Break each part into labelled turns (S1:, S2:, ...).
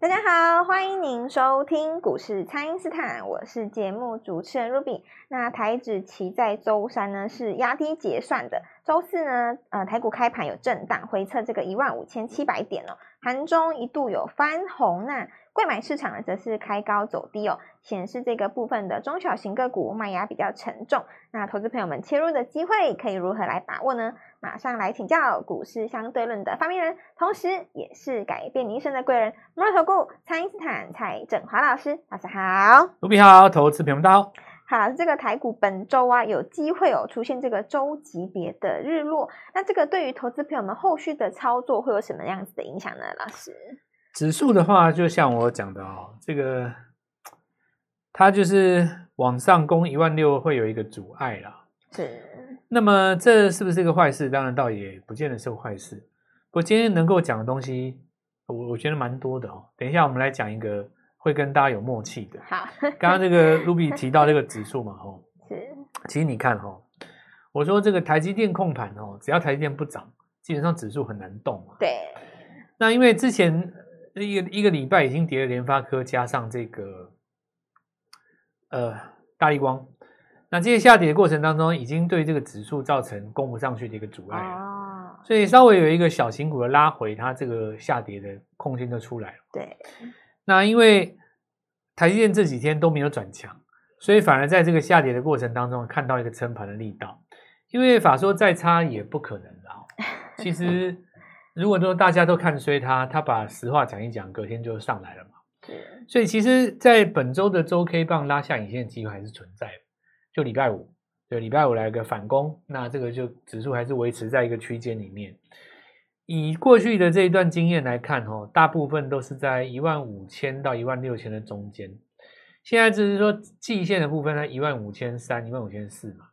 S1: 大家好，欢迎您收听股市蔡因斯坦，我是节目主持人 Ruby。那台指期在周三呢是压低结算的，周四呢，呃，台股开盘有震荡，回测这个一万五千七百点哦，盘中一度有翻红那。贵买市场呢，则是开高走低哦，显示这个部分的中小型个股卖压比较沉重。那投资朋友们切入的机会可以如何来把握呢？马上来请教股市相对论的发明人，同时也是改变你一生的贵人——摩尔投顾蔡因斯坦蔡振华老师，老师好。
S2: 卢比好，投资朋友们大家好。
S1: 好老师，这个台股本周啊有机会有、哦、出现这个周级别的日落，那这个对于投资朋友们后续的操作会有什么样子的影响呢？老师，
S2: 指数的话，就像我讲的哦，这个它就是往上攻一万六会有一个阻碍啦。
S1: 是
S2: 那么这是不是一个坏事？当然倒也不见得是个坏事。不过今天能够讲的东西，我我觉得蛮多的哦。等一下我们来讲一个会跟大家有默契的。
S1: 好，
S2: 刚刚这个 Ruby 提到这个指数嘛，哦，
S1: 是
S2: 其实你看哦，我说这个台积电控盘哦，只要台积电不涨，基本上指数很难动嘛。
S1: 对，
S2: 那因为之前呃一个一个礼拜已经跌了联发科，加上这个呃大力光，那这些下跌的过程当中，已经对这个指数造成攻不上去的一个阻碍了，
S1: 哦，
S2: 所以稍微有一个小型股的拉回，它这个下跌的空间就出来了。
S1: 对，
S2: 那因为台积电这几天都没有转强，所以反而在这个下跌的过程当中看到一个撑盘的力道。因为法说再差也不可能啦哦。其实如果说大家都看衰它，它把实话讲一讲，隔天就上来了嘛。
S1: 是
S2: 所以其实，在本周的周 K 棒拉下影线的机会还是存在的。就礼拜五，对，礼拜五来个反攻，那这个就指数还是维持在一个区间里面。以过去的这一段经验来看，哦，大部分都是在一万五千到一万六千的中间。现在只是说季线的部分呢，一万五千三、一万五千四嘛。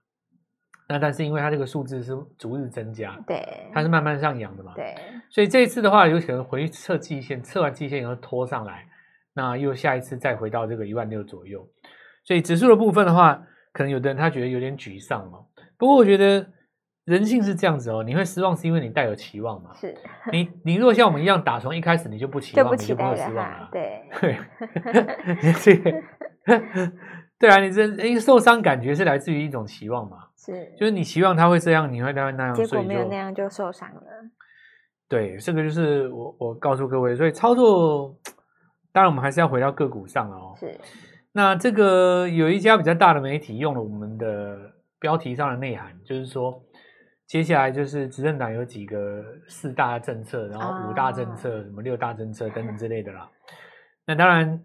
S2: 那但是因为它这个数字是逐日增加，
S1: 对，
S2: 它是慢慢上扬的嘛。
S1: 对，
S2: 所以这一次的话，有可能回测季线，测完季线以后拖上来，那又下一次再回到这个一万六左右。所以指数的部分的话，可能有的人他觉得有点沮丧哦。不过我觉得人性是这样子哦，你会失望是因为你带有期望 嘛。
S1: 是
S2: 你你如果像我们一样打从一开始你就不期
S1: 就
S2: 望，
S1: 不期
S2: 你就不
S1: 待
S2: 会
S1: 了
S2: 失望
S1: 哈
S2: 了，。
S1: 啊对，
S2: 对，这个 对啊，你这因为受伤感觉是来自于一种期望嘛，
S1: 是，
S2: 就是你期望他会这样，你会他会那样，
S1: 结
S2: 所
S1: 果
S2: 以
S1: 没有
S2: 就
S1: 那样就受伤了，
S2: 对，这个就是我我告诉各位，所以操作，当然我们还是要回到个股上了哦。
S1: 是
S2: 那这个有一家比较大的媒体用了我们的标题上的内涵，就是说，接下来就是执政党有几个四大政策，然后五大政
S1: 啊
S2: 策，什么六大政策等等之类的啦。那当然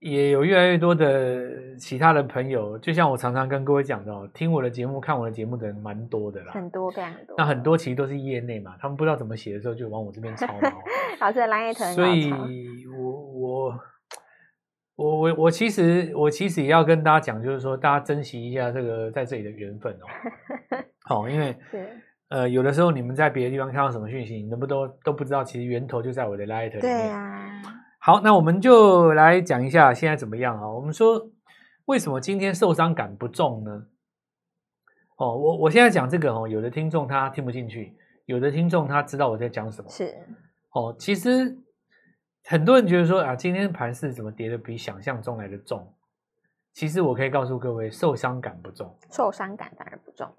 S2: 也有越来越多的其他的朋友，就像我常常跟各位讲的哦，听我的节目、看我的节目的人蛮多的啦。
S1: 很多非常多。
S2: 那很多其实都是业内嘛，他们不知道怎么写的时候就往我这边抄 了哦、
S1: 老师的 line 很好
S2: 所以
S1: 抄
S2: 我我我我我其实我其实也要跟大家讲，就是说大家珍惜一下这个在这里的缘分 哦。好、因为
S1: 是
S2: 呃有的时候你们在别的地方看到什么讯息，你们不都都不知道，其实源头就在我的 Light 里面。
S1: 对啊，
S2: 好，那我们就来讲一下现在怎么样啊？我们说为什么今天受伤感不重呢？哦，我我现在讲这个哦，有的听众他听不进去，有的听众他知道我在讲什么。
S1: 是
S2: 哦，其实很多人觉得说啊，今天盘势怎么跌的比想象中来的重？其实我可以告诉各位，受伤感不重。
S1: 受伤感反而不重，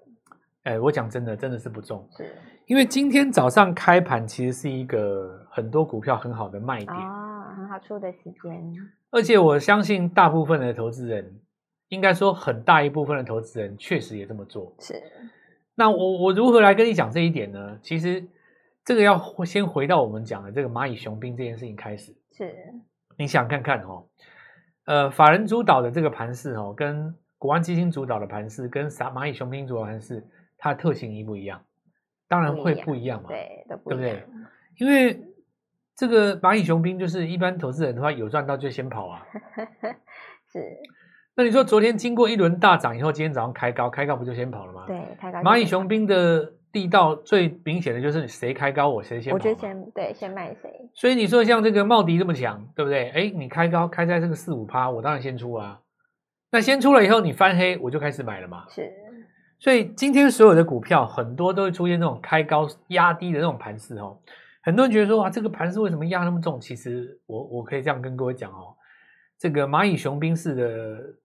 S2: 哎，我讲真的，真的是不重，
S1: 是
S2: 因为今天早上开盘其实是一个很多股票很好的卖点。
S1: 哦，很好出的时间，
S2: 而且我相信大部分的投资人，应该说很大一部分的投资人确实也这么做。
S1: 是
S2: 那我我如何来跟你讲这一点呢？其实这个要回先回到我们讲的这个蚂蚁雄兵这件事情开始。
S1: 是
S2: 你想看看哦，呃，法人主导的这个盘势哦，跟国安基金主导的盘势，跟啥蚂蚁雄兵主导的盘势，它的特性一不一样？当然会不一样嘛。
S1: 对都不
S2: 对
S1: 一
S2: 不对
S1: 样，
S2: 因为这个蚂蚁雄兵就是一般投资人的话，有赚到就先跑啊。
S1: 是
S2: 那你说昨天经过一轮大涨以后，今天早上开高，开高不就先跑了吗？，
S1: 对开高
S2: 蚂蚁
S1: 兴
S2: 雄兵的力道最明显的就是谁开高我谁先跑
S1: 我
S2: 嘛。
S1: 觉得先对先卖谁
S2: 所以你说像这个茂迪这么强，对不对？哎，你开高开在这个四五趴，我当然先出啊。那先出了以后，你翻黑我就开始买了嘛。
S1: 是
S2: 所以今天所有的股票很多都会出现这种开高压低的那种盘势哦。很多人觉得说哇，这个盘是为什么压那么重？其实我我可以这样跟各位讲哦，这个蚂蚁雄兵式的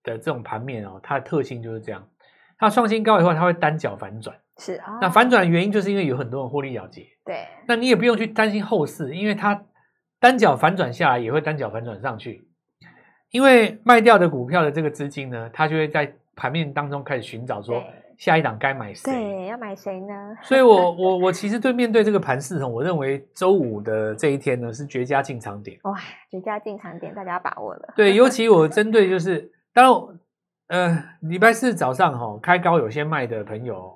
S2: 的这种盘面哦，它的特性就是这样，它创新高以后，它会单脚反转。
S1: 是啊，
S2: 那反转的原因就是因为有很多人获利了结，
S1: 对
S2: 那你也不用去担心后市，因为它单脚反转下来也会单脚反转上去，因为卖掉的股票的这个资金呢，它就会在盘面当中开始寻找说
S1: 对
S2: 下一档该买谁。
S1: 对，要买谁呢？
S2: 所以 我我我其实对面对这个盘势哦，我认为周五的这一天呢是绝佳进场点。
S1: 哇，绝佳进场点，大家把握了。
S2: 对，尤其我针对就是，当然我，呃，礼拜四早上哈、开高有些卖的朋友，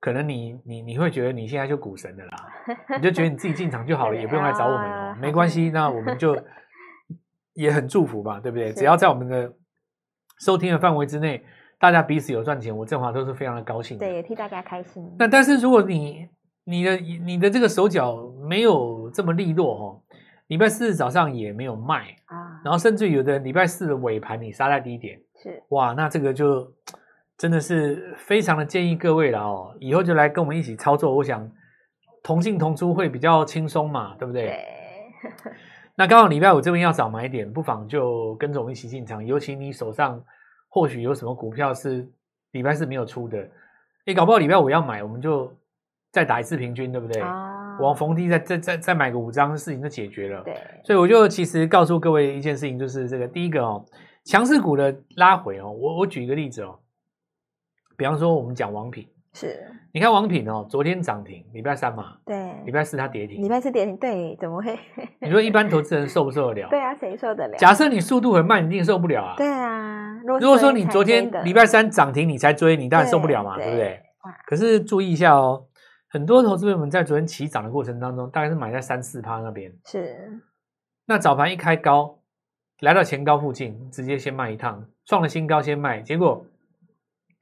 S2: 可能你你你会觉得你现在就股神的啦，你就觉得你自己进场就好 了，
S1: 对
S2: 也不用来找我们哦
S1: 啊，
S2: 没 关系，那我们就也很祝福吧，对不 对？只要在我们的收听的范围之内，大家彼此有赚钱，我振华都是非常的高兴的。
S1: 对，也替大家开心。
S2: 那但是如果你你的你的这个手脚没有这么利落哦，礼拜四早上也没有卖。
S1: 啊，
S2: 然后甚至有的礼拜四的尾盘你杀在低点，
S1: 是
S2: 哇，那这个就真的是非常的建议各位了哦，以后就来跟我们一起操作，我想同进同出会比较轻松嘛，对不对？
S1: 对，
S2: 那刚好礼拜五这边要早买点，不妨就跟着我们一起进场，尤其你手上或许有什么股票是礼拜四没有出的，诶，搞不好礼拜五要买，我们就再打一次平均，对不对？
S1: 啊，
S2: 往逢低再再再再买个五张，事情就解决了。
S1: 对
S2: 所以我就其实告诉各位一件事情，就是这个第一个哦，强势股的拉回哦，我我举一个例子哦，比方说我们讲王品，
S1: 是，
S2: 你看王品哦，昨天涨停，礼拜三嘛，
S1: 对
S2: 礼，拜四它跌
S1: 礼
S2: 停，
S1: 拜四跌停，对，怎么会？
S2: 你说一般投资人受不受得了？
S1: 对啊，谁受得了？
S2: 假设你速度很慢，你一定受不了啊。
S1: 对啊，如果
S2: 如果说
S1: 是
S2: 你
S1: 才
S2: 昨
S1: 追
S2: 天
S1: 的
S2: 礼拜三涨停你才追，你当然受不了嘛，
S1: 对
S2: 对不
S1: 对
S2: 对
S1: 哇？
S2: 可是注意一下哦，很多投资朋友们在昨天起涨的过程当中，大概是买在三四趴那边，
S1: 是
S2: 那早盘一开高，来到前高附近，直接先卖一趟，创了新高先卖，结果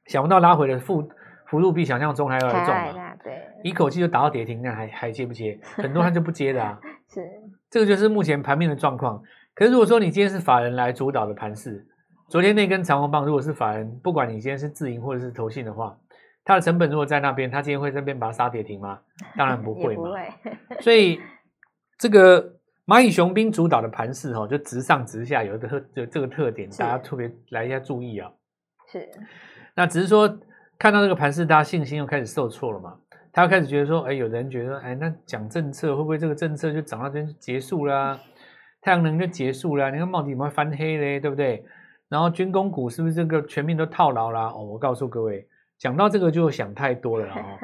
S2: 想不到拉回的幅幅度比想象中还要来
S1: 台
S2: 得重
S1: 海
S2: 啊！
S1: 啦，对，
S2: 一口气就打到跌停，那还还接不接？很多他就不接的啊。
S1: 是
S2: 这个就是目前盘面的状况。可是如果说你今天是法人来主导的盘势，昨天那根长红棒如果是法人，不管你今天是自营或者是投信的话，它的成本如果在那边，它今天会这边把它杀跌停吗？当然不会
S1: 也不
S2: 嘛。
S1: 会，
S2: 所以这个蚂蚁雄兵主导的盘势哦，就直上直下，有一个特有这个特点，
S1: 是
S2: 大家特别来一下注意啊。
S1: 是
S2: 那只是说看到这个盘势，大家信心又开始受挫了嘛。他又开始觉得说，哎，有人觉得，哎，那讲政策会不会这个政策就涨到这边就结束啦、太阳能就结束啦、你看茂底有没有翻黑嘞？对不对？然后军工股是不是这个全面都套牢啦？哦，我告诉各位，讲到这个就想太多了啦 哦。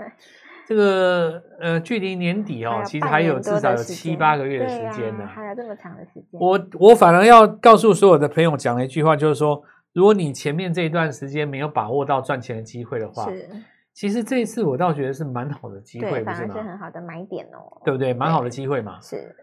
S2: 这个呃，距离年底哦，其实还有至少有七八个月的时间呢、啊
S1: 呢，啊还有这么长的时间，
S2: 我我反而要告诉所有的朋友讲了一句话，就是说，如果你前面这一段时间没有把握到赚钱的机会的话，
S1: 是
S2: 其实这一次我倒觉得是蛮好的机会，
S1: 对，
S2: 不
S1: 反
S2: 是
S1: 而是
S2: 吗？
S1: 很好的买点哦，
S2: 对不对？蛮好的机会嘛。
S1: 是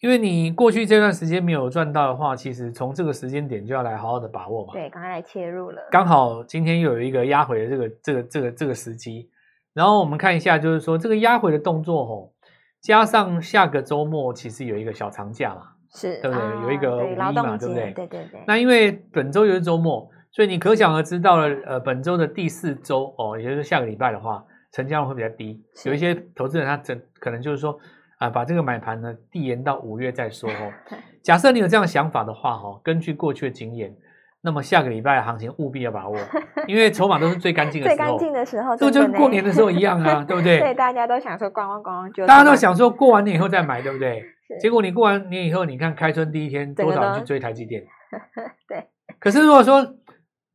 S2: 因为你过去这段时间没有赚到的话，其实从这个时间点就要来好好的把握嘛。
S1: 对，刚刚来切入了，
S2: 刚好今天又有一个压回的这个这个这个这个时机，然后我们看一下，就是说这个压回的动作吼，加上下个周末其实有一个小长假嘛，
S1: 是
S2: 对不对有一
S1: 啊
S2: 个五
S1: 对
S2: 一
S1: 劳
S2: 嘛
S1: 动
S2: 对
S1: 节
S2: 不对
S1: 对对对，
S2: 那因为本周又是周末，所以你可想而知，到了呃本周的第四周哦，也就是下个礼拜的话，成交量会比较低。
S1: 是
S2: 有一些投资人他整可能就是说啊、把这个买盘呢递延到五月再说 哦。假设你有这样想法的话哦，根据过去的经验，那么下个礼拜的行情务必要 把握，因为筹码都是最干净的
S1: 最
S2: 时
S1: 干
S2: 候。
S1: 净的时候，
S2: 这个就
S1: 真
S2: 跟
S1: 的
S2: 过
S1: 呢
S2: 年的 时候一样啊，对不对？
S1: 对，大家都想说观光观光就
S2: 大家
S1: 这
S2: 都
S1: 样
S2: 想说过完年以后再买，对不对？
S1: 是
S2: 结果你过完年以后，你看开春第一天
S1: 整
S2: 多
S1: 个
S2: 少人
S1: 都？
S2: 去追台积电
S1: 对。
S2: 可是如果说，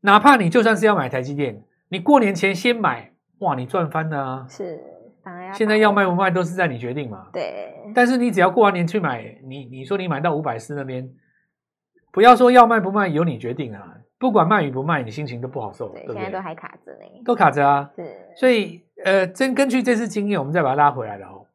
S2: 哪怕你就算是要买台积电，你过年前先买，哇，你赚翻了啊！
S1: 是，当然要
S2: 现在
S1: 把
S2: 要
S1: 握
S2: 卖不卖都是在你决定嘛。
S1: 对
S2: 但是你只要过完年去买，你你说你买到五百四那边，不要说要卖不卖由你决定啊，不管卖与不卖，你心情都不好受，
S1: 对，
S2: 对不
S1: 现在都
S2: 对？
S1: 还卡着呢，
S2: 都卡着啊。
S1: 是
S2: 所以呃，真根据这次经验，我们再把它拉回来了哦。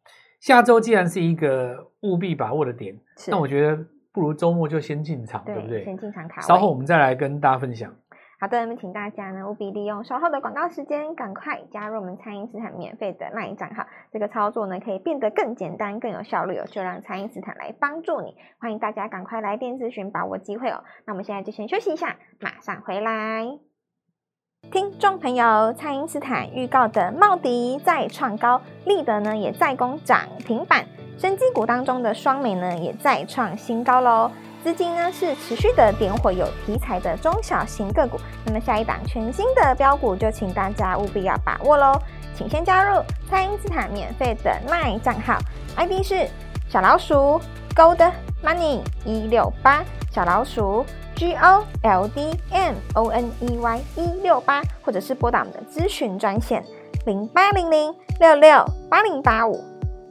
S2: 下周既然是一个务必把握的点，
S1: 是，
S2: 那我觉得不如周末就先进场，对不对
S1: 先？进场卡位。
S2: 稍后我们再来跟大家分享。
S1: 好的，那么请大家呢务必利用稍后的广告时间，赶快加入我们蔡因斯坦免费的 LINE 账号。这个操作呢可以变得更简单、更有效率哦，就让蔡因斯坦来帮助你。欢迎大家赶快来电咨询，把握机会哦。那我们现在就先休息一下，马上回来。听众朋友，蔡因斯坦预告的茂迪再创高，立德呢也再攻涨停板。生技股当中的双美呢，也再创新高喽。资金呢是持续的点火有题材的中小型个股，那么下一档全新的标股就请大家务必要把握喽，请先加入蔡因斯坦免费的 LINE 账号，ID 是小老鼠 Gold Money 一六八，小老鼠 G O L D M O N E Y 一六八，或者是拨打我们的咨询专线零八零零六六八零八五。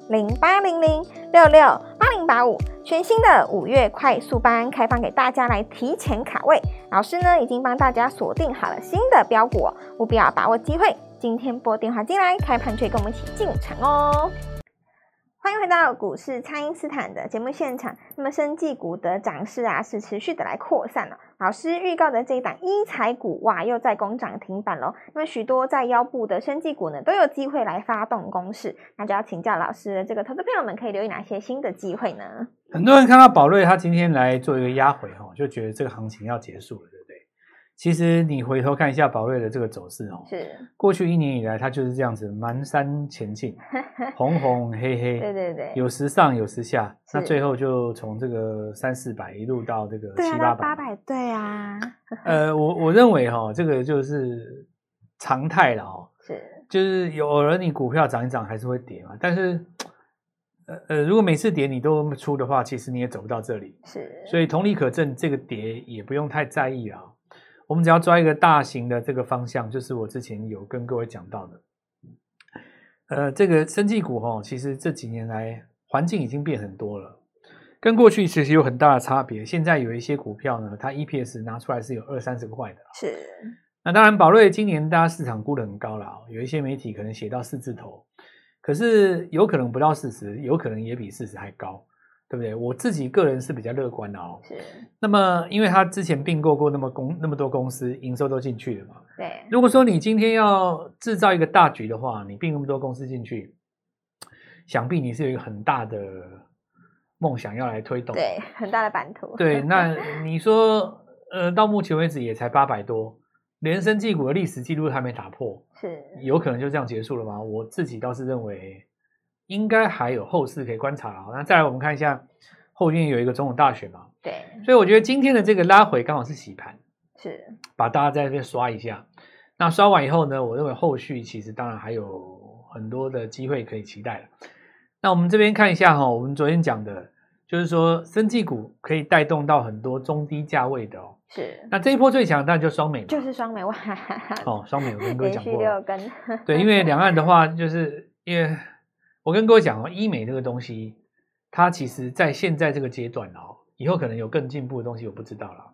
S1: 零八零零六六八零八五，全新的五月快速班开放给大家来提前卡位。老师呢已经帮大家锁定好了新的标股、哦，务必要把握机会。今天拨电话进来，开盘就跟我们一起进场哦。欢迎回到股市，蔡因斯坦的节目现场。那么，生技股的涨势啊，是持续的来扩散了、老师预告的这一档医材股，哇，又在攻涨停板喽。那么，许多在腰部的生技股呢，都有机会来发动攻势。那就要请教老师，这个投资朋友们可以留意哪些新的机会呢？
S2: 很多人看到宝瑞他今天来做一个压回哦，就觉得这个行情要结束了，对不对？其实你回头看一下宝瑞的这个走势哦，
S1: 是，
S2: 过去一年以来它就是这样子蹒跚前 进，红红黑黑，
S1: 对对对，
S2: 有时上有时下，那
S1: 是
S2: 最后就从这个三四百一路到这个
S1: 对
S2: 七
S1: 啊，到
S2: 八
S1: 八。
S2: 百
S1: 百，对啊，
S2: 呃，我我认为哈、这个就是常态了哦，
S1: 是，
S2: 就是有偶尔你股票涨一涨还是会跌嘛，但是呃呃，如果每次跌你都出的话，其实你也走不到这里。
S1: 是，
S2: 所以同理可证，这个跌也不用太在意啊。我们只要抓一个大型的这个方向，就是我之前有跟各位讲到的。呃，这个生技股哈、其实这几年来环境已经变很多了，跟过去其实有很大的差别。现在有一些股票呢，它 EPS 拿出来是有二三十块的。
S1: 是，
S2: 那当然，宝瑞今年大家市场估得很高了哦，有一些媒体可能写到四字头，可是有可能不到四十，有可能也比四十还高，对不对？我自己个人是比较乐观的哦。
S1: 是，
S2: 那么，因为它之前并购过那么公那么多公司，营收都进去了嘛。
S1: 对，
S2: 如果说你今天要制造一个大局的话，你并那么多公司进去，想必你是有一个很大的梦想要来推动。
S1: 对，很大的版图，
S2: 对，那你说，呃，到目前为止也才八百多，连生技股的历史记录都还没打破，
S1: 是，
S2: 有可能就这样结束了吗？我自己倒是认为，应该还有后市可以观察啊。那再来，我们看一下后面有一个总统大选嘛，
S1: 对，
S2: 所以我觉得今天的这个拉回刚好是洗盘，
S1: 是，
S2: 把大家在这边刷一下。那刷完以后呢，我认为后续其实当然还有很多的机会可以期待了。那我们这边看一下哈、我们昨天讲的，就是说生技股可以带动到很多中低价位的哦。
S1: 是，
S2: 那这一波最强当然就双美嘛，
S1: 就是双美哇，
S2: 哦，双美我跟各位
S1: 连
S2: 讲
S1: 续
S2: 过
S1: 六
S2: 了，
S1: 根，
S2: 对，因为两岸的话，就是因为我跟各位讲哦，医美这个东西，它其实在现在这个阶段哦，以后可能有更进步的东西，我不知道了。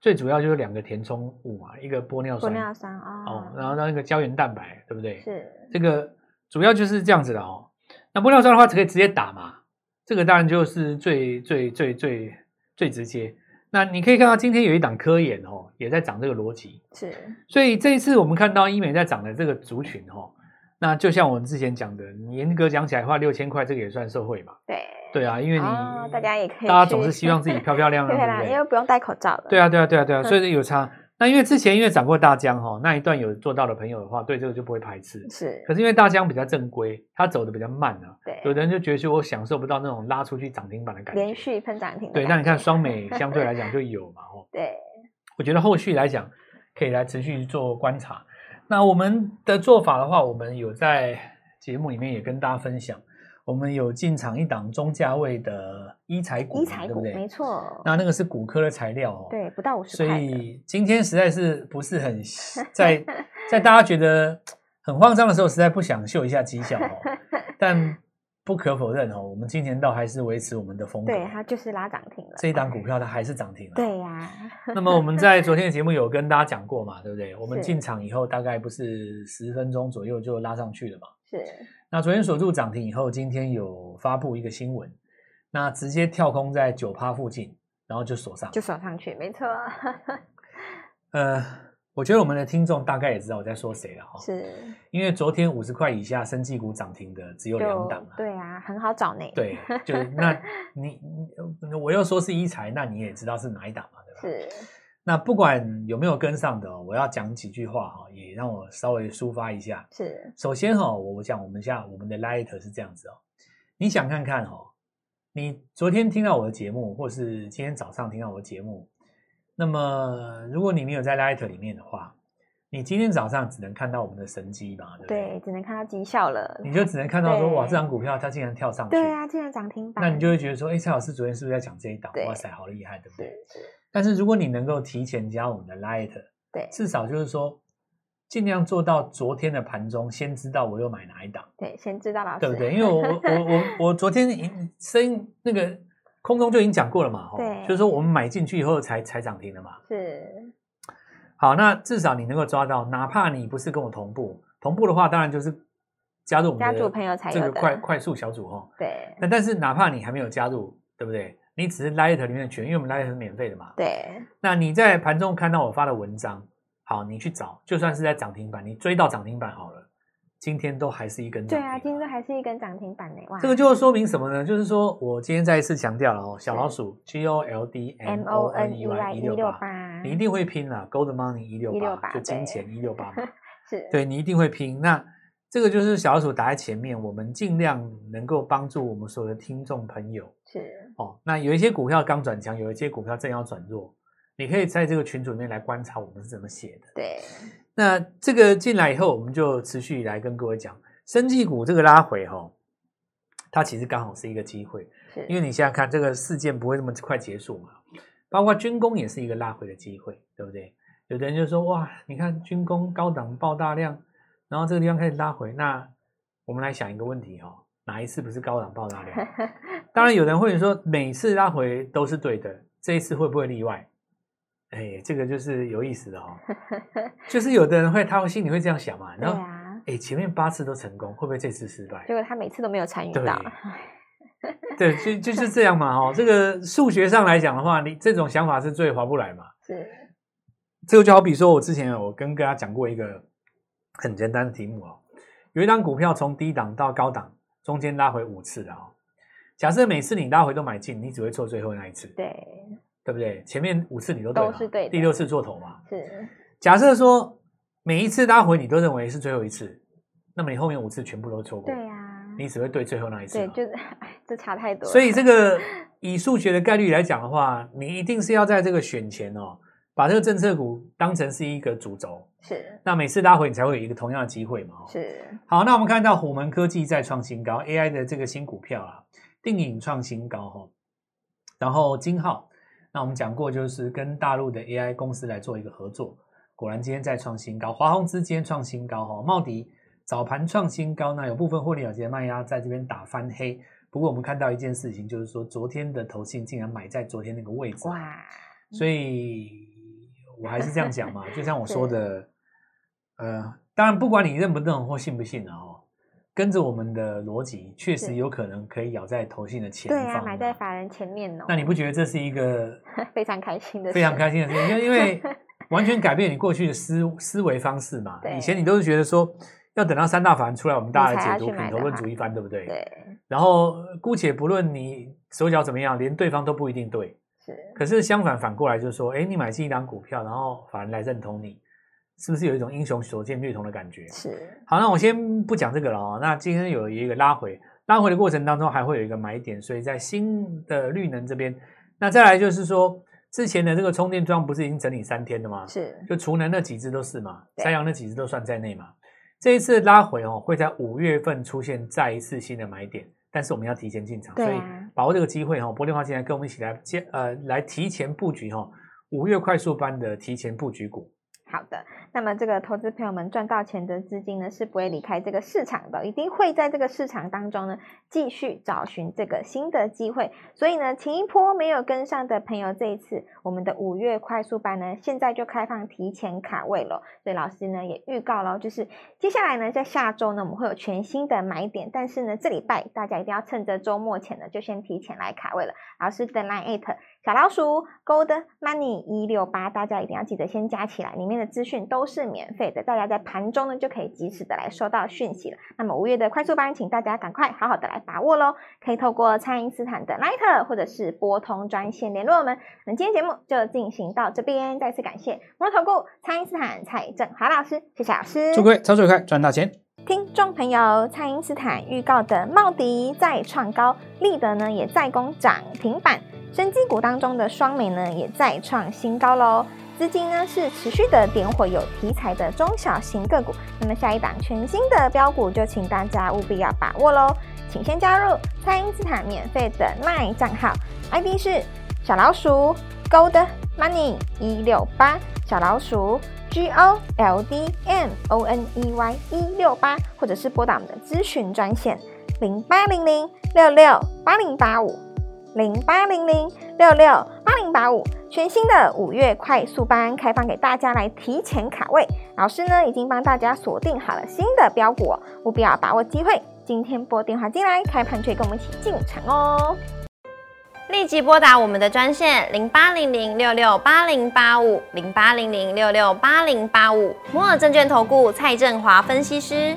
S2: 最主要就是两个填充物嘛，一个玻尿
S1: 玻
S2: 酸，
S1: 尿酸啊，
S2: 哦，然后那个胶原蛋白，对不对？
S1: 是
S2: 这个主要就是这样子的哦。那玻尿酸的话，可以直接打嘛，这个当然就是最最最最最直接。那你可以看到今天有一档科研哦，也在涨这个逻辑，
S1: 是
S2: 所以这一次我们看到医美在涨的这个族群哦，那就像我们之前讲的，你严格讲起来的话，六千块这个也算受惠嘛，
S1: 对，
S2: 对啊，因为你、
S1: 哦大家也可以
S2: 大家
S1: 去
S2: 总是希望自己漂漂亮
S1: 对
S2: 亮，对
S1: 啦，
S2: 不
S1: 因
S2: 对
S1: 为？不用戴口罩了，
S2: 对啊，对啊，对 啊，对啊，
S1: 嗯
S2: 所以有差。那因为之前因为涨过大疆哈、哦，那一段有做到的朋友的话，对这个就不会排斥。
S1: 是
S2: 可，是因为大疆比较正规，它走的比较慢啊，
S1: 对，
S2: 有的人就觉得说我享受不到那种拉出去涨停板的感觉。
S1: 连续喷涨停的
S2: 对，那
S1: 感
S2: 你看
S1: 觉
S2: 双美相对来讲就有嘛哦，
S1: 对
S2: 我觉得后续来讲可以来持续做观察。那我们的做法的话，我们有在节目里面也跟大家分享，我们有进场一档中价位的医材股嘛，
S1: 医材
S2: 对不
S1: 股
S2: 对？
S1: 没错，
S2: 那那个是骨科的材料哦，
S1: 对，不到五十
S2: 所
S1: 块的，
S2: 以今天实在是不是很在在大家觉得很慌张的时候，实在不想秀一下绩 效哦。但不可否认哦，我们今年到还是维持我们的风格。
S1: 对，它就是拉涨停了，
S2: 这一档股票它还是涨停了。。
S1: 对呀，
S2: 那么我们在昨天的节目有跟大家讲过嘛，对不对？我们
S1: 是
S2: 进场以后大概不是十分钟左右就拉上去了嘛。
S1: 是
S2: 那昨天锁住涨停以后，今天有发布一个新闻，那直接跳空在九趴附近，然后就锁上。
S1: 就锁上去，没错，
S2: 呃，我觉得我们的听众大概也知道我在说谁了哈、
S1: 是
S2: 因为昨天五十块以下生技股涨停的只有两
S1: 就
S2: 档啊。
S1: 对啊，很好找呢，，
S2: 对，就那你你我又说是一财，那你也知道是哪一档嘛，对吧？。
S1: 是
S2: 那不管有没有跟上的哦、我要讲几句话哈、也让我稍微抒发一下。
S1: 是
S2: 首先哈、我我讲我们现在我们的 Light 是这样子哦，你想看看哦，你昨天听到我的节目，或是今天早上听到我的节目，那么如果你没有在 Light 里面的话，你今天早上只能看到我们的神机吧，对不嗯对？
S1: 对，只能看到绩效了。
S2: 你就只能看到说，
S1: 对
S2: 哇，这张股票它竟然跳上去，
S1: 对啊，竟然涨停板，
S2: 那你就会觉得说，哎，蔡老师昨天是不是在讲这一档？
S1: 对
S2: 哇塞，好厉害，对
S1: 是
S2: 不对？
S1: 是，
S2: 但是如果你能够提前加我们的 Light，
S1: 对
S2: 至少就是说，尽量做到昨天的盘中先知道我有买哪一档，
S1: 对，先知道老师，
S2: 对不对？因 为我我我我我昨天已声那个空中就已经讲过了嘛，吼
S1: 对
S2: 就是说我们买进去以后才才涨停的嘛。
S1: 是
S2: 好，那至少你能够抓到，哪怕你不是跟我同步，同步的话，当然就是加入我们
S1: 加
S2: 的
S1: 入朋友才
S2: 这
S1: 有
S2: 个
S1: 的，
S2: 快快速小组哈、哦。
S1: 对
S2: 那但是哪怕你还没有加入，对不对？你只是 Light 里面的群，因为我们 Light 是免费的嘛。
S1: 对
S2: 那你在盘中看到我发的文章，好，你去找，就算是在涨停板，你追到涨停板好了，今天都还是一根
S1: 对
S2: 涨
S1: 啊，
S2: 停
S1: 今天
S2: 板
S1: 还是一根涨停板呢，哇，
S2: 这个就说明什么呢？就是说我今天再一次强调了哦，小老鼠 G O L D M
S1: M
S2: O
S1: O
S2: N
S1: N
S2: E
S1: E
S2: Y
S1: Y
S2: 一
S1: 一
S2: 六
S1: 六
S2: 八，
S1: 八，
S2: 你一定会拼啦，Gold Money 一六八，
S1: 168
S2: 就金钱一六八 嘛，
S1: 是
S2: 对你一定会拼。那这个就是小老鼠打在前面，我们尽量能够帮助我们所有的听众朋友
S1: 是
S2: 哦。那有一些股票刚转强，有一些股票正要转弱，你可以在这个群组里面来观察我们是怎么写的。
S1: 对
S2: 那这个进来以后，我们就持续来跟各位讲，生技股这个拉回哈、哦，它其实刚好是一个机会，
S1: 是，
S2: 因为你想想看，这个事件不会这么快结束嘛，包括军工也是一个拉回的机会，对不对？有的人就说哇，你看军工高档爆大量，然后这个地方开始拉回，那我们来想一个问题哦，哪一次不是高档爆大 量？当然，有人会说每次拉回都是对的，这一次会不会例外？哎，这个就是有意思的 哦，就是有的人会他会心里会这样想嘛，
S1: 对
S2: 然后
S1: 啊，
S2: 哎前面八次都成功，会不会这次失败？
S1: 结果他每次都没有参与
S2: 对
S1: 到，
S2: 对，就就是这样嘛，哦，这个数学上来讲的话，你这种想法是最划不来嘛。
S1: 是
S2: 这个就好比说，我之前有跟大家讲过一个很简单的题目哦，有一档股票从低档到高档，中间拉回五次的哦。假设每次你拉回都买进，你只会做最后那一次，
S1: 对
S2: 对不对？前面五次你都对嘛
S1: 都是对的
S2: 第六次做头嘛。
S1: 是
S2: 假设说每一次拉回你都认为是最后一次，那么你后面五次全部都错过，
S1: 对啊，
S2: 你只会对最后那一次嘛。
S1: 对就是哎，这差太多了，
S2: 啊所以这个以数学的概率来讲的话，你一定是要在这个选前哦，把这个政策股当成是一个主轴，
S1: 是
S2: 那每次拉回你才会有一个同样的机会嘛、哦。
S1: 是
S2: 好，那我们看到虎门科技再创新高，AI 的这个新股票啊，定影创新高哦，然后金浩，那我们讲过就是跟大陆的 AI 公司来做一个合作，果然今天再创新高，华宏资今天创新高哦，茂迪早盘创新高，那有部分获利了结的卖压在这边打翻黑。不过我们看到一件事情，就是说昨天的投信竟然买在昨天那个位置，
S1: 哇，嗯
S2: 所以我还是这样讲嘛，就像我说的，呃，当然不管你认不认或信不信啊哦，跟着我们的逻辑，确实
S1: 是
S2: 有可能可以咬在投信的前
S1: 对
S2: 方。
S1: 啊，买在。法人前面哦，
S2: 那你不觉得这是一个
S1: 非常开心的，
S2: 非常，开心的事情？因为 因为完全改变你过去的思思维方式嘛。
S1: 对
S2: 以前你都是觉得说。要等到三大法案出来，我们大家
S1: 你才
S2: 来
S1: 要
S2: 解读，
S1: 去
S2: 品
S1: 买
S2: 头
S1: 的
S2: 论
S1: 话
S2: 足一番，对不对？
S1: 对
S2: 然后，姑且不论你手脚怎么样，连对方都不一定对。
S1: 是
S2: 可是相反反过来就是说，哎，你买进一档股票，然后法人来认同你，是不是有一种英雄所见略同的感觉？
S1: 是
S2: 好，那我先不讲这个了哦。那今天有一个拉回，拉回的过程当中还会有一个买点，所以在新的绿能这边，那再来就是说，之前的这个充电桩不是已经整理三天了吗？
S1: 是
S2: 就储能那几只都是嘛，
S1: 对
S2: 三阳那几只都算在内嘛。这一次拉回哦，会在五月份出现再一次新的买点，但是我们要提前进场，
S1: 对
S2: 所以
S1: 啊
S2: 把握这个机会哦，拨电话进来跟我们一起来接呃来提前布局哦，五月快速班的提前布局股。
S1: 好的，那么这个投资朋友们赚到钱的资金呢，是不会离开这个市场的，一定会在这个市场当中呢，继续找寻这个新的机会。所以呢，前一波没有跟上的朋友，这一次我们的五月快速班呢，现在就开放提前卡位了。所以老师呢也预告了，就是接下来呢，在下周呢，我们会有全新的买点，但是呢，这礼拜大家一定要趁着周末前呢，就先提前来卡位了。老师的 Line at 小老鼠 Gold Money 一六八，大家一定要记得先加起来，里面的资讯都是免费的，大家在盘中呢就可以及时的来收到讯息了。那么五月的快速班，请大家赶快好好的来把握喽，可以透过蔡因斯坦的 Line 或者是拨通专线联络我们。那么今天节目就进行到这边，再次感谢摩投顾蔡因斯坦蔡振华老师，谢谢老师，
S2: 祝各位操作愉快，赚大钱！
S1: 听众朋友，蔡因斯坦预告的茂迪再创高，立德呢也再攻涨停板，生技股当中的双美呢也再创新高喽。资金呢是持续的点火有题材的中小型个股，那么下一档全新的标股就请大家务必要把握喽，请先加入蔡因斯坦免费的 LINE 账号，ID 是小老鼠 Gold Money 一六八小老鼠。G O L D M O N E Y 一六八，或者是拨打我们的咨询专线零八零零六六八零八五零八零零六六八零八五。全新的五月快速班开放给大家来提前卡位，老师呢已经帮大家锁定好了新的标股、哦，务必要把握机会。今天拨电话进来，开盘就跟我们一起进场哦。
S3: 立即拨打我们的专线零八零零六六八零八五零八零零六六八零八五摩尔证券投顾蔡振华分析师。